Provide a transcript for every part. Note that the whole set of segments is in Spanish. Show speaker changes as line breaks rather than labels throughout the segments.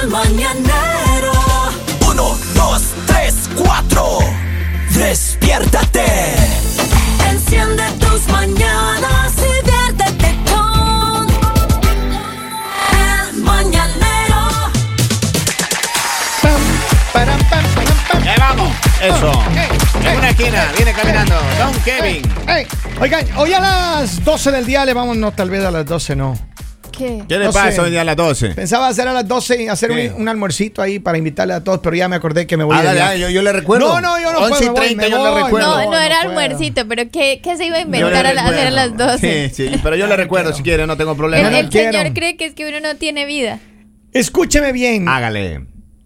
El mañanero.
Uno, dos, tres, cuatro. Despiértate.
Enciende tus mañanas y viértete con El mañanero.
¡Ahí vamos! Eso. En una esquina, viene caminando Don Kevin.
Ey, Oigan, hoy a las 12 del día le vamos, no, tal vez a las 12 no.
¿Qué?
¿Qué le
No sé.
pasa hoy día a las 12?
Pensaba hacer a las 12 y hacer
Sí.
un, un almuercito ahí para invitarle a todos, pero ya me acordé que me voy
Ah,
a
dale, dale, yo, yo le recuerdo.
No, no, yo no puedo,
11 y
me voy,
30,
me
yo le
voy.
recuerdo.
No, no era
no puedo.
almuercito, pero ¿qué, qué se iba a
Yo le
inventar a, la- hacer a
recuerdo.
las 12?
Sí, sí, pero yo le recuerdo si quiere, no tengo problema.
El,
no
el
quiero.
señor cree que es que uno no tiene vida.
Escúcheme bien.
Ah. Hágale.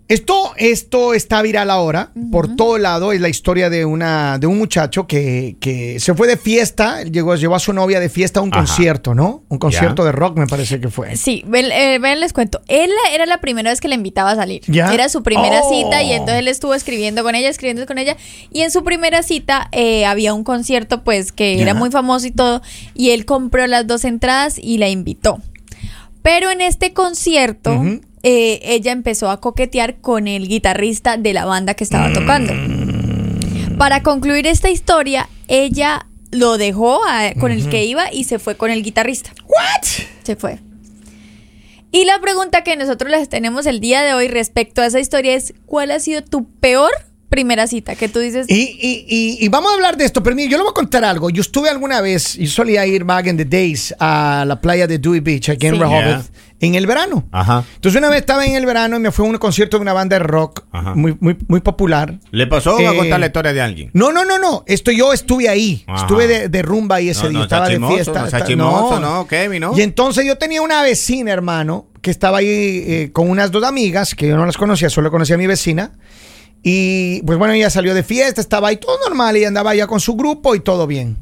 Esto, esto está viral ahora. Por todo lado es la historia de, una, de un muchacho que, que se fue de fiesta, llegó, llevó a su novia de fiesta a un
Ajá.
concierto, ¿no? Un concierto de rock me parece que fue.
Sí, ven, eh, ven, les cuento. Él era la primera vez que le invitaba a salir.
¿Ya?
Era su primera
Oh.
cita y entonces él estuvo escribiendo con ella, escribiendo con ella. Y en su primera cita eh, había un concierto pues que
Ya.
era muy famoso y todo. Y él compró las dos entradas y la invitó. Pero en este concierto
Ujú.
eh, ella empezó a coquetear con el guitarrista de la banda que estaba tocando.
Mm.
Para concluir esta historia, ella lo dejó a- con el que iba y se fue con el guitarrista.
¿What?
Se fue. Y la pregunta que nosotros les tenemos el día de hoy respecto a esa historia es, ¿cuál ha sido tu peor primera cita? Que tú dices,
Y, y- y- y vamos a hablar de esto, pero mire, yo le voy a contar algo. Yo estuve alguna vez, yo solía ir back in the days a la playa de Dewey Beach, aquí en
Sí.
Rehoboth,
Yeah. Ah.
en el verano.
Ajá.
Entonces una vez estaba en el verano y me fue a un concierto de una banda de rock
Ajá.
muy, muy, muy popular.
¿Le pasó o va a
Eh,
contar la historia de alguien?
No, no, no, no. Esto yo estuve ahí.
Ajá.
Estuve de, de rumba ahí ese
No,
día.
no,
estaba
sea
de
chismoso,
fiesta.
no sea
Esta-
chismoso, no, Kevin, ¿no?
Y entonces yo tenía una vecina, hermano, que estaba ahí eh, con unas dos amigas que yo no las conocía, solo conocía a mi vecina. Y pues bueno, ella salió de fiesta, estaba ahí todo normal y andaba ya con su grupo y todo bien.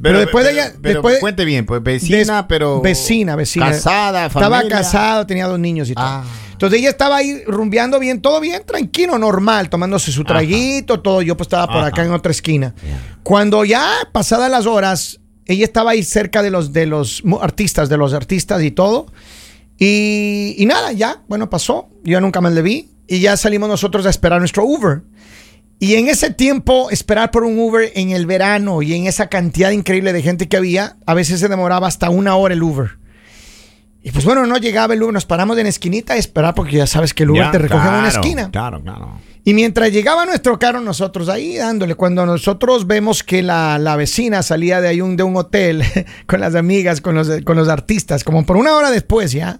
Pero, después de ella.
pero
después,
cuente bien, pues
Des-
vecina, pero.
Vecina, vecina.
Casada, familia.
Estaba casado, tenía dos niños y todo.
Ah.
Entonces ella estaba ahí rumbeando bien, todo bien, tranquilo, normal, tomándose su
Ajá.
traguito, todo. Yo pues estaba por
Ajá.
acá en otra esquina.
Ya.
Cuando ya pasadas las horas, ella estaba ahí cerca de los, de los mu- artistas, de los artistas y todo. Y, y nada, ya, bueno, pasó. Yo nunca más le vi. Y ya salimos nosotros a esperar nuestro Uber. Y en ese tiempo, esperar por un Uber en el verano y en esa cantidad increíble de gente que había, a veces se demoraba hasta una hora el Uber. Y pues bueno, no llegaba el Uber, nos paramos en la esquinita a esperar porque ya sabes que el Uber
Ya,
te recoge en una
claro,
esquina.
Claro, claro.
Y mientras llegaba nuestro carro, nosotros ahí dándole. Cuando nosotros vemos que la, la vecina salía de ahí un, de un hotel con las amigas, con los, con los artistas, como por una hora después ya.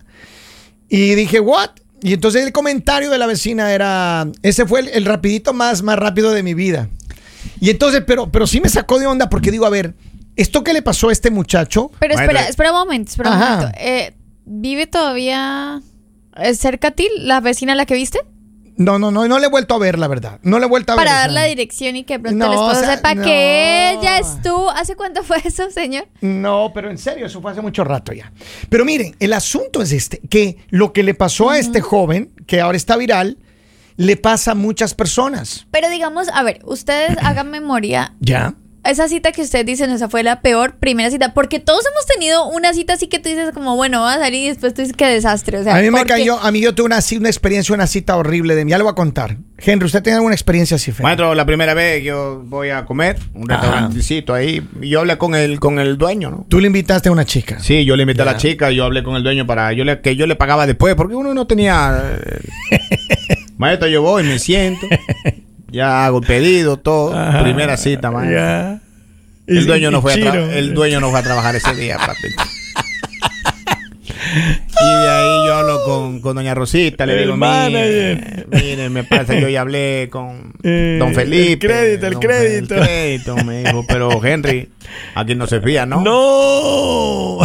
Y dije, ¿what? Y entonces el comentario de la vecina era, ese fue el, el rapidito más, más rápido de mi vida. Y entonces, pero, pero sí me sacó de onda porque digo, a ver, ¿esto que le pasó a este muchacho?
pero espera,
Bueno,
espera un momento, espera un
eh, Ajá.
momento. Eh, ¿Vive todavía eh, cerca a ti la vecina a la que viste?
No, no, no, no le he vuelto a ver, la verdad. No le he vuelto a ver. o
Para
sea.
dar la dirección y que pronto
No,
el esposo
o sea,
sepa
no.
que ella estuvo. ¿Hace cuánto fue eso, señor?
No, pero en serio, eso fue hace mucho rato ya. Pero miren, el asunto es este, que lo que le pasó a este joven, que ahora está viral, le pasa a muchas personas.
Pero digamos, a ver, ustedes hagan memoria.
¿Ya?
Esa cita que ustedes dicen, esa fue la peor primera cita, porque todos hemos tenido una cita así que tú dices como, bueno, va a salir y después tú dices que desastre. O sea,
a mí me
porque-
cayó, a mí yo tuve una, ci- una experiencia, una cita horrible de mí. Ya lo voy a contar. Henry, ¿usted tiene alguna experiencia así? fea?
Maestro, la primera vez yo voy a comer, un
Ajá.
restaurantecito ahí, y yo hablé con el, con el dueño, ¿no?
Tú le invitaste a una chica.
Sí, yo le invité a la chica, yo hablé con el dueño para yo le, que yo le pagaba después, porque uno no tenía. eh, maestro, yo voy, me siento, ya hago el pedido, todo. Primera cita, maestro. El dueño no fue a tra- el dueño no fue a trabajar ese día, papi. Y de ahí yo hablo con, con doña Rosita, le
El
digo, mire,
manager.
mire, me pasa, yo ya hablé con
Eh,
don
el
Felipe.
crédito, el
don Fe-
crédito.
El crédito, me dijo, pero Henry, aquí no se fía, ¿no?
No.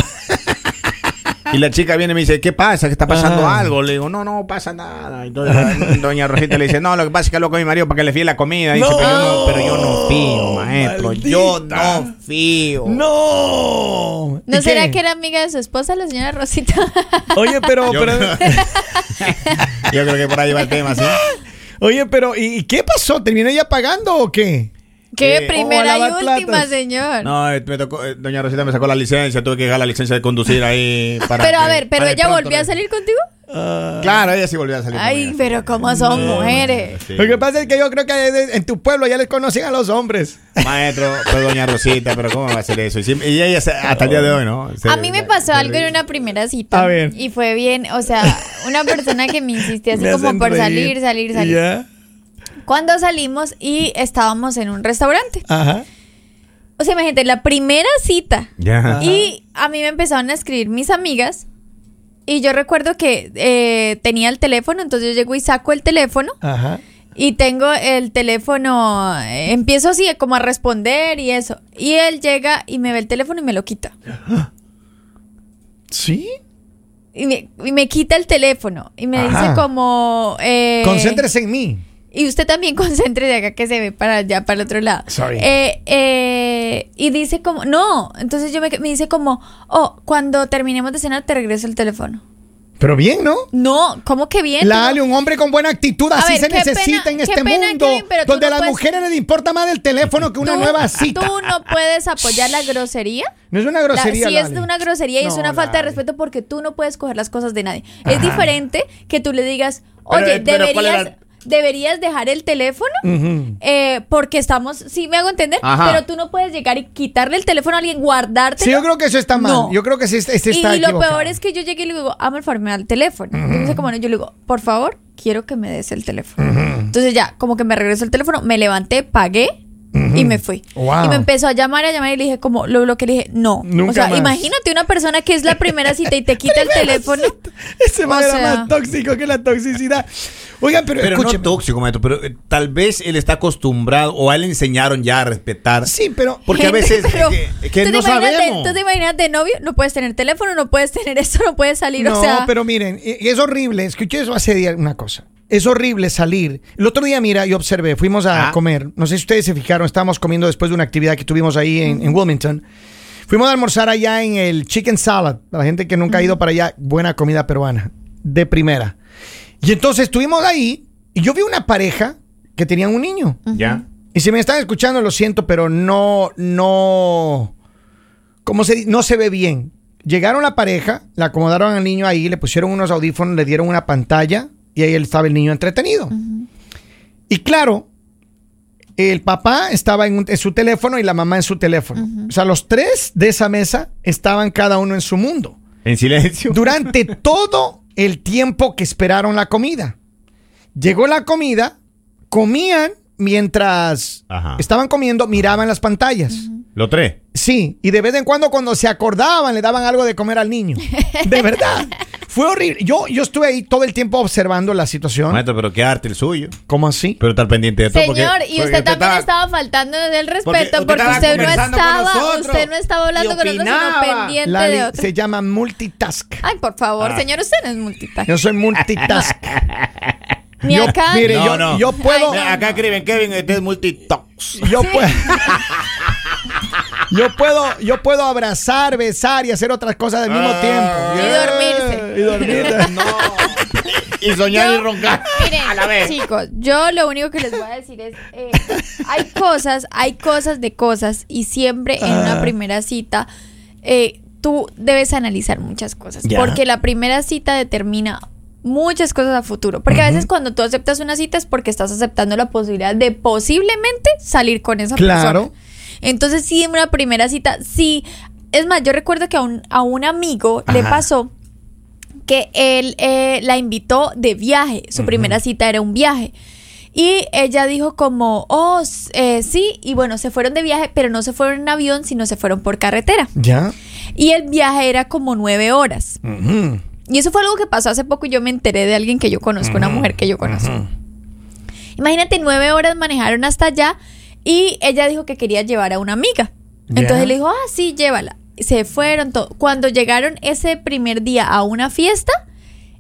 Y la chica viene y me dice, ¿qué pasa? ¿Qué está pasando
Ah.
algo? Le digo, no, no pasa nada. Entonces doña Rosita le dice, no, lo que pasa es que hablo con mi marido para que le fíe la comida. Y dice,
No.
pero, yo no, pero yo no fío, maestro. Yo
Maldita.
no fío.
No.
¿No
¿Y
será
qué?
que era amiga de su esposa, la señora Rosita?
Oye, pero,
Yo,
pero-
Yo creo que por ahí va el tema, ¿sí?
Oye, pero ¿y y qué pasó? ¿Terminó ella pagando o qué?
Qué
Sí.
primera
O a
y
lavar
última,
platos.
señor.
No, eh, me tocó, eh, doña Rosita me sacó la licencia, tuve que dejar la licencia de conducir ahí. Para
pero a
que-
ver, pero
para que
ella
pronto re-
volvió a salir contigo.
Ah.
Claro, ella sí volvió a salir.
Ay,
conmigo.
pero cómo son mujeres.
Sí.
Lo que pasa es que yo creo que en- en tu pueblo ya les conocen a los hombres.
Maestro, pero doña Rosita, pero ¿cómo va a ser eso? Y, siempre- y ella se- hasta el día de hoy, ¿no? Se-
A mí me pasó algo en una primera cita.
A ver.
Y fue bien, o sea, una persona que me insistía así
Me
como
hacen
por
reír.
salir, salir, salir.
Ya.
Cuando salimos y estábamos en un restaurante.
Ajá.
O sea, imagínate, la primera cita.
Ya.
Y a mí me empezaron a escribir mis amigas. Y yo recuerdo que eh, tenía el teléfono, entonces yo llego y saco el teléfono.
Ajá.
Y tengo el teléfono, eh, empiezo así como a responder y eso. Y él llega y me ve el teléfono y me lo quita.
¿Sí?
Y me, y me quita el teléfono y me
Ajá.
dice como... eh,
Concéntrese en mí.
Y usted también concéntrese acá que se ve para allá, para el otro lado.
Sorry.
Eh, eh, y dice como... No, entonces yo me, me dice como... Oh, cuando terminemos de cenar te regreso el teléfono.
Pero bien, ¿no?
No, ¿cómo que bien?
La
No.
Ale, un hombre con buena actitud,
A
así
ver,
se
qué
necesita
pena-
en
qué
este
pena,
mundo.
Kevin, pero tú
donde
no
a las
puedes-
mujeres les importa más el teléfono que una
Tú- ah,
nueva cita.
Tú no puedes apoyar la grosería.
No es una
La-
grosería.
sí,
la
es
Ale.
una grosería y es
No,
una falta de
la Ale.
respeto porque tú no puedes coger las cosas de nadie. Es diferente que tú le digas,
Pero,
oye,
eh, pero, ¿cuál
deberías,
era?
deberías dejar el teléfono eh, porque estamos, sí, me hago entender,
Ajá.
pero tú no puedes llegar y quitarle el teléfono a alguien, guardarte.
Sí, yo creo que eso está mal.
No.
Yo creo que sí, está- sí
y,
está
y lo
equivocado.
peor es que yo llegué y le digo, amo el farme al teléfono. Entonces, como no, yo le digo, por favor, quiero que me des el teléfono. Entonces, ya, como que me regresó el teléfono, me levanté, pagué y me fui.
Wow.
Y me empezó a llamar, a llamar y le dije, como lo bloqueé, le dije, no.
Nunca
o sea,
más.
imagínate una persona que es la primera cita y te quita el teléfono.
Ese
O
Este man era
sea.
más tóxico que la toxicidad. Oigan, pero,
Pero
escúcheme.
no tóxico, maestro, pero eh, tal vez él está acostumbrado o a él le enseñaron ya a respetar.
Sí, pero.
Porque a
Gente,
veces es
pero,
que, es que
¿tú te
no
imaginas de-
sabemos.
¿Tú te imaginas de novio? No puedes tener teléfono, no puedes tener esto, no puedes salir,
No,
o sea...
pero miren, y- y es horrible. Escuché eso hace día una cosa. Es horrible salir. El otro día, mira, yo observé, fuimos a
Ah.
comer. No sé si ustedes se fijaron, estábamos comiendo después de una actividad que tuvimos ahí en, en Wilmington. Fuimos a almorzar allá en el Chicken Salad. Para la gente que nunca ha ido para allá, buena comida peruana. De primera. Y entonces estuvimos ahí y yo vi una pareja que tenían un niño.
Ya.
Y si me están escuchando, lo siento, pero no, no, ¿cómo se di- No se ve bien. Llegaron la pareja, le acomodaron al niño ahí, le pusieron unos audífonos, le dieron una pantalla y ahí estaba el niño entretenido. Y claro, el papá estaba en, un- en su teléfono y la mamá en su teléfono. O sea, los tres de esa mesa estaban cada uno en su mundo
En silencio.
durante todo el tiempo que esperaron la comida. Llegó la comida, comían mientras
Ajá.
estaban comiendo, miraban las pantallas.
Lo tres.
Sí, y de vez en cuando cuando se acordaban le daban algo de comer al niño. De verdad. Fue horrible. Yo, yo estuve ahí todo el tiempo observando la situación.
Maestro, pero qué arte el suyo.
¿Cómo así?
Pero estar pendiente de todo. porque-
Señor, y
porque
usted también
estaba-
estaba faltando del
Porque usted
respeto porque,
estaba
usted no
conversando con
estaba,
nosotros
usted no estaba hablando
y
con nosotros, sino
opinaba.
pendiente
Lali,
de otro.
se llama multitask.
Ay, por favor,
Ah.
señor, usted no es multitask.
Yo soy multitask.
Ni
yo,
acá.
mire,
No,
yo,
no.
yo puedo...
Ay,
Mira, Acá escriben, Kevin, este es multitox.
Yo puedo. yo puedo, yo puedo abrazar, besar y hacer otras cosas al mismo
Ah.
tiempo.
Y dormirse.
Y dormirse.
Y
Yo-
soñar y roncar.
Miren, chicos, yo lo único que les voy a decir es, eh, hay cosas, hay cosas de cosas y siempre en una primera cita eh, tú debes analizar muchas cosas
Ya.
porque la primera cita determina muchas cosas a futuro porque a veces cuando tú aceptas una cita es porque estás aceptando la posibilidad de posiblemente salir con esa
Claro.
persona. Entonces sí, en una primera cita, sí. Es más, yo recuerdo que a un, a un amigo le pasó que él eh, la invitó de viaje. Su primera cita era un viaje. Y ella dijo como, oh, s- eh, sí, y bueno, se fueron de viaje, pero no se fueron en avión, sino se fueron por carretera.
Ya.
Y el viaje era como nueve horas. Y eso fue algo que pasó hace poco y yo me enteré de alguien que yo conozco, una mujer que yo conozco. Imagínate, nueve horas manejaron hasta allá y ella dijo que quería llevar a una amiga. Entonces
Ya.
le dijo, ah, sí, llévala. Se fueron todo. Cuando llegaron ese primer día a una fiesta,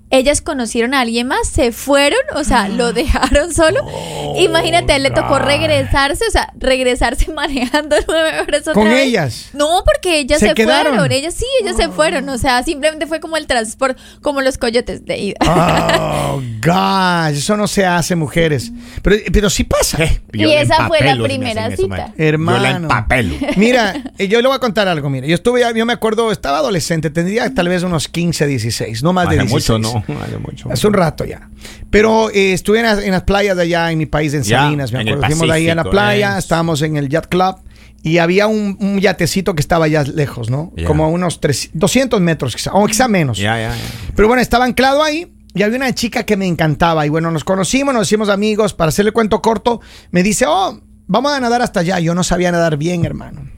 ellas conocieron a alguien más, se fueron, o sea,
Ah.
lo dejaron solo.
Oh,
Imagínate, a él le tocó regresarse, o sea, regresarse manejando nueve horas otra
¿Con
vez.
ellas?
No, porque ellas
¿Se
se,
quedaron?
fueron, ellas sí, ellas se fueron, o sea, simplemente fue como el transporte, como los coyotes de ida.
Oh, gosh, eso no se hace, mujeres. Pero, pero sí pasa.
Y esa fue la primera cita.
Hermano.
Hermano. Yo la empapelo.
Mira, eh, yo le voy a contar algo. Mira, yo estuve, yo me acuerdo, estaba adolescente, tendría tal vez unos 15, 16, no más de
Hace
16.
mucho, no. Hace mucho.
Hace un rato ya. Pero eh, estuve en, las- en las playas de allá, en mi país, en
Ya,
Salinas, me
en el
acuerdo. Fuimos de ahí a la
Pacífico,
playa,
es.
estábamos en el Yacht Club y había un, un yatecito que estaba ya lejos, ¿no?
Ya.
Como a unos 300 200 metros quizá, o quizá menos.
Ya, ya, ya.
Pero bueno, estaba anclado ahí y había una chica que me encantaba. Y bueno, nos conocimos, nos hicimos amigos. Para hacerle cuento corto, me dice, oh, vamos a nadar hasta allá. Yo no sabía nadar bien, hermano.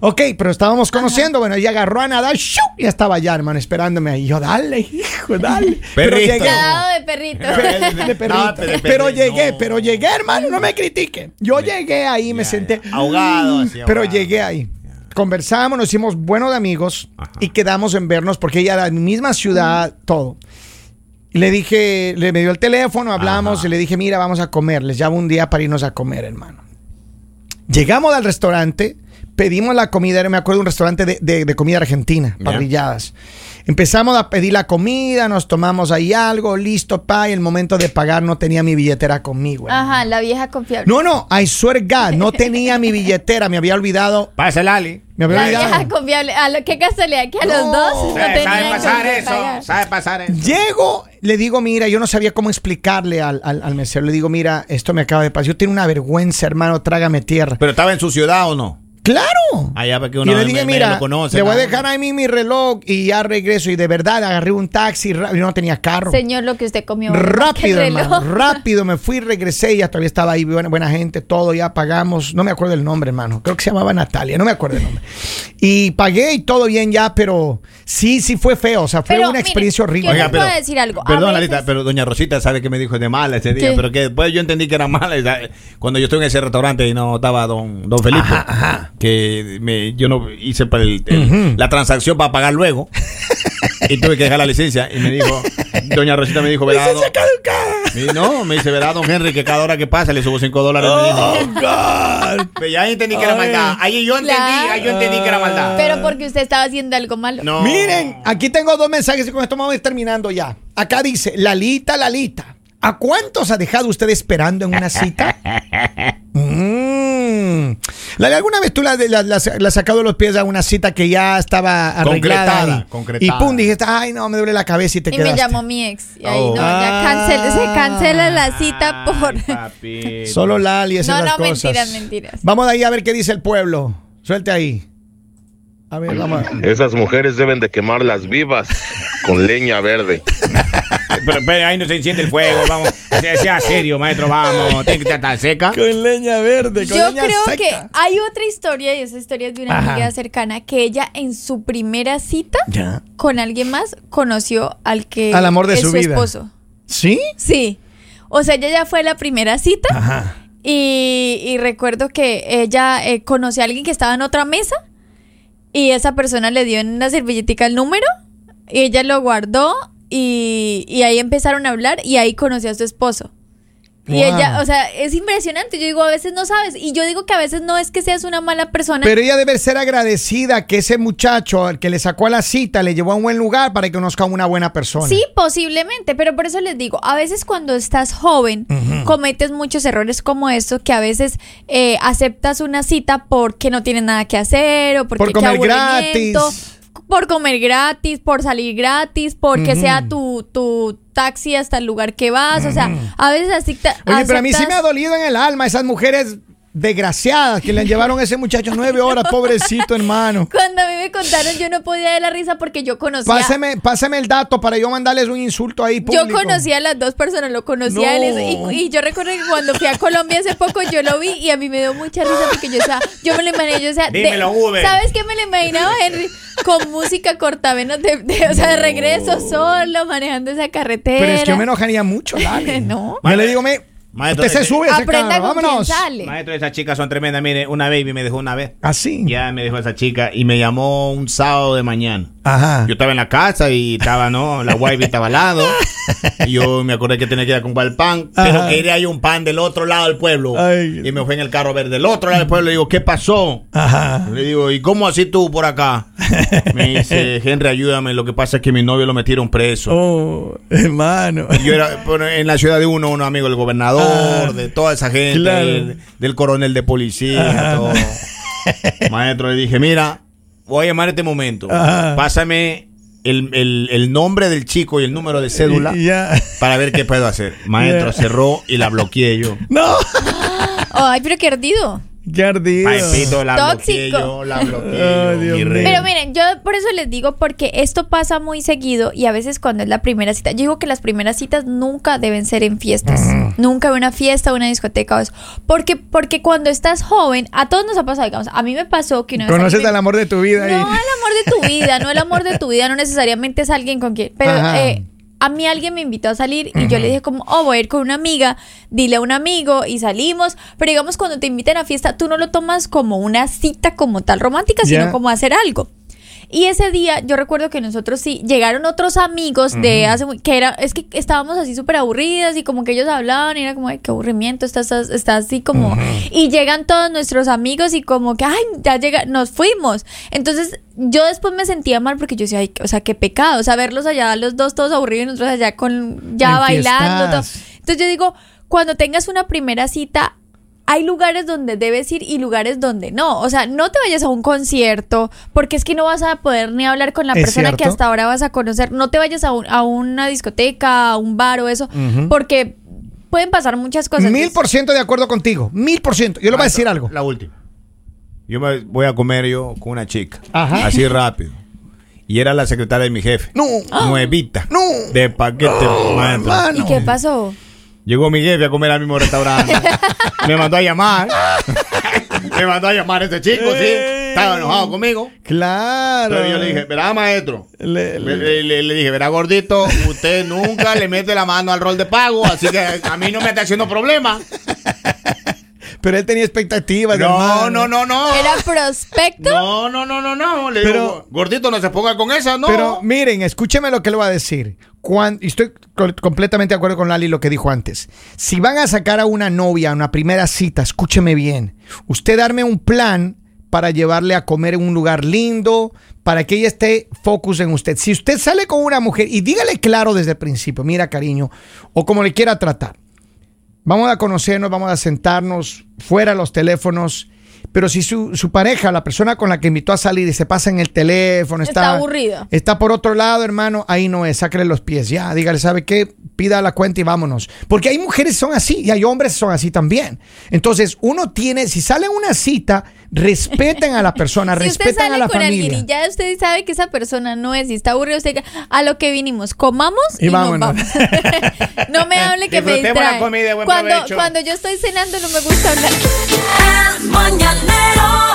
Ok, pero estábamos conociendo. Bueno, ella agarró a nadar ¡shu! y ya estaba allá, hermano, esperándome. ahí. yo, dale, hijo, dale. pero
Perrito.
llegué.
Cuidado de perrito.
De perrito.
No, pero-
pero,
pero-
llegué,
no.
pero llegué, hermano, no me critiquen. Yo llegué ahí, me
Ya,
senté. Mm,
ya. Ahogado, así,
Pero
ahogado.
llegué ahí. Conversamos, nos hicimos buenos amigos
Ajá. Mm.
y quedamos en vernos porque ella era de mi misma ciudad, todo. Y le dije, le me dio el teléfono, hablamos
Ajá.
y le dije, mira, vamos a comer. Les llamo un día para irnos a comer, hermano. Llegamos al restaurante, pedimos la comida, era, me acuerdo, un restaurante de, de- de comida argentina,
Ya.
parrilladas. Empezamos a pedir la comida, nos tomamos ahí algo, listo, pa, y el momento de pagar no tenía mi billetera conmigo. hermano.
Ajá, la vieja confiable.
No, no, I swear God, no tenía mi billetera, me había olvidado.
Pásala, Ali.
Me había
La
olvidado.
vieja confiable. A lo, qué casualidad que a
No.
los dos no
Eh,
tenían
sabe pasar
con qué
eso.
pagar.
Sabe pasar eso.
Llego, le digo, mira, yo no sabía cómo explicarle al, al, al mesero. Le digo, mira, esto me acaba de pasar. Yo tengo una vergüenza, hermano, trágame tierra.
Pero estaba en su ciudad o no.
¡Claro!
Allá para que
Y
uno
yo le
me-
dije,
me-
mira,
lo conoce,
le voy a
¿no?
dejar a mí mi reloj y ya regreso. Y de verdad, agarré un taxi, ra- yo no tenía carro.
Señor, lo que usted comió. ¿verdad?
Rápido,
Qué reloj.
hermano, rápido, me fui, regresé y ya todavía estaba ahí, buena, buena gente, todo, ya pagamos, no me acuerdo el nombre, hermano, creo que se llamaba Natalia, no me acuerdo el nombre. Y pagué y todo bien ya, pero sí, sí fue feo, o sea, fue
Pero,
una
mire,
experiencia horrible.
Yo les puedo decir algo. A
Perdón,
veces-
Lalita, pero doña Rosita sabe que me dijo de mala ese día,
¿Qué?
pero que después yo entendí que era mala. ¿sabe? Cuando yo estuve en ese restaurante y no estaba don, don Felipe, que me, yo no hice para el- el- la transacción para pagar luego. y tuve que dejar la licencia. Y me dijo, doña Rosita me dijo, verá. don- Me- No, me dice, verá, don Henry, que cada hora que pasa le subo 5 dólares. Me dijo. Pero ya entendí que era
Ay.
maldad. Ahí yo entendí,
Claro.
ahí yo entendí que era maldad.
Pero porque usted estaba haciendo algo malo.
No.
Miren, aquí tengo dos mensajes y con esto vamos a ir terminando ya. Acá dice, Lalita, Lalita, ¿a cuántos ha dejado usted esperando en una cita? Mm. Lali, ¿Alguna vez tú la, la, la- la has sacado de los pies a una cita que ya estaba arreglada?
Concretada,
y,
concretada.
Y pum, dijiste, ay, no, me duele la cabeza y te
Y
quedaste. Ah.
me llamó mi ex. Y ahí
Oh.
no, ya cancel- se cancela la cita por.
Ay, papito.
Solo Lali, esas
No,
las
no,
cosas.
mentiras, mentiras.
Vamos de ahí a ver qué dice el pueblo. Suelte ahí. A ver, vamos. a-
Esas mujeres deben de quemarlas vivas con leña verde.
Pero, pero ahí no se enciende el fuego, vamos. Sea, sea serio, maestro, vamos. Tiene que estar tan seca.
Con leña verde. Con
Yo
leña
creo
seca.
que hay otra historia, y esa historia es de una amiga cercana, que ella en su primera cita
Ya.
con alguien más conoció al que
Al amor de
es
su vida.
esposo.
¿Sí?
Sí. O sea, ella ya fue a la primera cita. Y, y recuerdo que ella eh, conoció a alguien que estaba en otra mesa. Y esa persona le dio en una servilletica el número. Y ella lo guardó. Y, y ahí empezaron a hablar. Y ahí conoció a su esposo. Y
Wow.
ella, o sea, es impresionante. Yo digo, a veces no sabes. Y yo digo que a veces no es que seas una mala persona.
Pero ella debe ser agradecida que ese muchacho al que le sacó a la cita le llevó a un buen lugar para que conozca a una buena persona.
Sí, posiblemente, pero por eso les digo, a veces cuando estás joven cometes muchos errores como estos que a veces eh, aceptas una cita porque no tienes nada que hacer o porque
Por
qué
comer
aburrimiento,
gratis.
por comer gratis, por salir gratis, porque sea tu, tu taxi hasta el lugar que vas, o sea, a veces así ta-
Oye, pero a mí sí
aceptas-
me ha dolido en el alma esas mujeres desgraciadas que le llevaron a ese muchacho nueve horas, pobrecito hermano.
Cuando a mí me contaron yo no podía de la risa porque yo conocía
Pásame, pásame el dato para yo mandarles un insulto ahí público.
Yo conocía a las dos personas, lo conocía a él
No.
y, y yo recuerdo que cuando fui a Colombia hace poco yo lo vi y a mí me dio mucha risa porque yo, o sea, yo me lo imaginé, yo, o sea, de-
Dímelo, Uber.
¿sabes qué me lo imaginaba, Henry? Con música cortavenas de, de- o sea, de regreso solo, manejando esa carretera.
Pero es que yo me enojaría mucho, Lali.
No.
Yo le digo, me,
Maestro,
usted se
eh,
sube a ese
Aprenda
carro,
con
vámonos.
quién sale.
Maestro, esas chicas son tremendas. Mire, una baby me dejó una vez.
Así.
Ya me dejó esa chica y me llamó un sábado de mañana.
Ajá.
Yo estaba en la casa y estaba, ¿no? La wifey estaba al lado. Y yo me acordé que tenía que ir a comprar el pan.
Ajá.
Pero quería ir a un pan del otro lado del pueblo.
Ay.
Y me fui en el carro a ver del otro lado del pueblo. Le digo, ¿qué pasó?
Ah.
Ajá.
Le digo, ¿y cómo así tú por acá? Me dice, Henry, ayúdame. Lo que pasa es que mi novio lo metieron preso.
Oh, hermano.
Y Yo era bueno, en la ciudad de uno, uno amigo del gobernador,
Ah,
de toda esa gente,
claro. Ah.
del, del coronel de policía, todo. Maestro, le dije, mira, voy a llamar este momento.
Ajá.
Pásame el, el- el nombre del chico y el número de cédula
Y- y Ya.
para ver qué puedo hacer. Maestro,
Ya.
cerró y la bloqueé yo.
No.
Ay, pero qué ardido.
Qué ardido.
Maestito, la bloqueé
Tóxico.
yo, la bloqueé
Ay,
yo,
Dios
mi
mío.
rey.
Pero miren, yo por eso les digo porque esto pasa muy seguido y a veces cuando es la primera cita, yo digo que las primeras citas nunca deben ser en fiestas, nunca en una fiesta, una discoteca o eso, porque porque cuando estás joven, a todos nos ha pasado, digamos, a mí me pasó que una vez
Conoces
alguien
al
me-
amor de tu vida.
No, el
y-
amor de tu vida, no el amor de tu vida, no necesariamente es alguien con quien. Pero
Ajá.
eh, a mí alguien me invitó a salir y yo le dije como, oh, voy a ir con una amiga, dile a un amigo y salimos. Pero digamos, cuando te invitan a fiesta, tú no lo tomas como una cita como tal romántica,
Ya.
sino como hacer algo. Y ese día yo recuerdo que nosotros sí llegaron otros amigos de hace muy, que era es que estábamos así súper aburridas y como que ellos hablaban y era como ay qué aburrimiento está, está, está así como y llegan todos nuestros amigos y como que ay ya llega nos fuimos entonces yo después me sentía mal porque yo decía ay o sea qué pecado o sea verlos allá los dos todos aburridos y nosotros allá con ya bailando todo.
Enfiestadas.
entonces yo digo cuando tengas una primera cita hay lugares donde debes ir y lugares donde no. O sea, no te vayas a un concierto porque es que no vas a poder ni hablar con la
Es
persona que
cierto.
hasta ahora vas a conocer. No te vayas a, un- a una discoteca, a un bar o eso, porque pueden pasar muchas cosas.
Mil por ciento de acuerdo contigo. Mil por ciento. Yo le voy a decir algo.
Ah, La última. Yo me voy a comer yo con una chica.
Ajá.
Así rápido. Y era la secretaria de mi jefe.
No.
Nuevita.
No.
De paquete, maestro.
¿Y qué pasó?
Llegó mi jefe a comer al mismo restaurante. me mandó a llamar. me mandó a llamar este chico, sí. Estaba enojado conmigo.
Claro.
Pero yo le dije, verá, maestro.
Le-
Le, le- le dije, verá, gordito, usted nunca le mete la mano al rol de pago, así que a mí no me está haciendo problema.
Pero él tenía expectativas.
No,
Pues, hermano.
no, no, no.
¿Era prospecto?
No, no, no, no, no. Le
Pero-
digo, gordito, no se ponga con esa, no.
Pero miren, escúcheme lo que le voy a decir. Cuan- y estoy co- completamente de acuerdo con Lali lo que dijo antes. Si van a sacar a una novia a una primera cita, escúcheme bien. Usted darme un plan para llevarle a comer en un lugar lindo, para que ella esté focus en usted. Si usted sale con una mujer y dígale claro desde el principio, mira cariño, o como le quiera tratar, vamos a conocernos, vamos a sentarnos fuera los teléfonos. Pero si su, su pareja, la persona con la que invitó a salir y se pasa en el teléfono,
Está
está,
aburrida.
Está por otro lado, hermano, ahí no es, sácale los pies, ya, dígale, ¿sabe qué? Pida la cuenta y vámonos. Porque hay mujeres que son así y hay hombres que son así también. Entonces, uno tiene, si sale a una cita, respeten a la persona,
Si usted
respeten
sale
a la
con alguien y
familia.
ya usted sabe que esa persona no es y está aburrido, usted diga, a lo que vinimos, comamos
Y
y, nos
vámonos.
vamos. no me hable que me
Disfrutemos la
distrae.
comida, buen
cuando,
provecho.
cuando yo estoy cenando no me gusta hablar.
El mañanero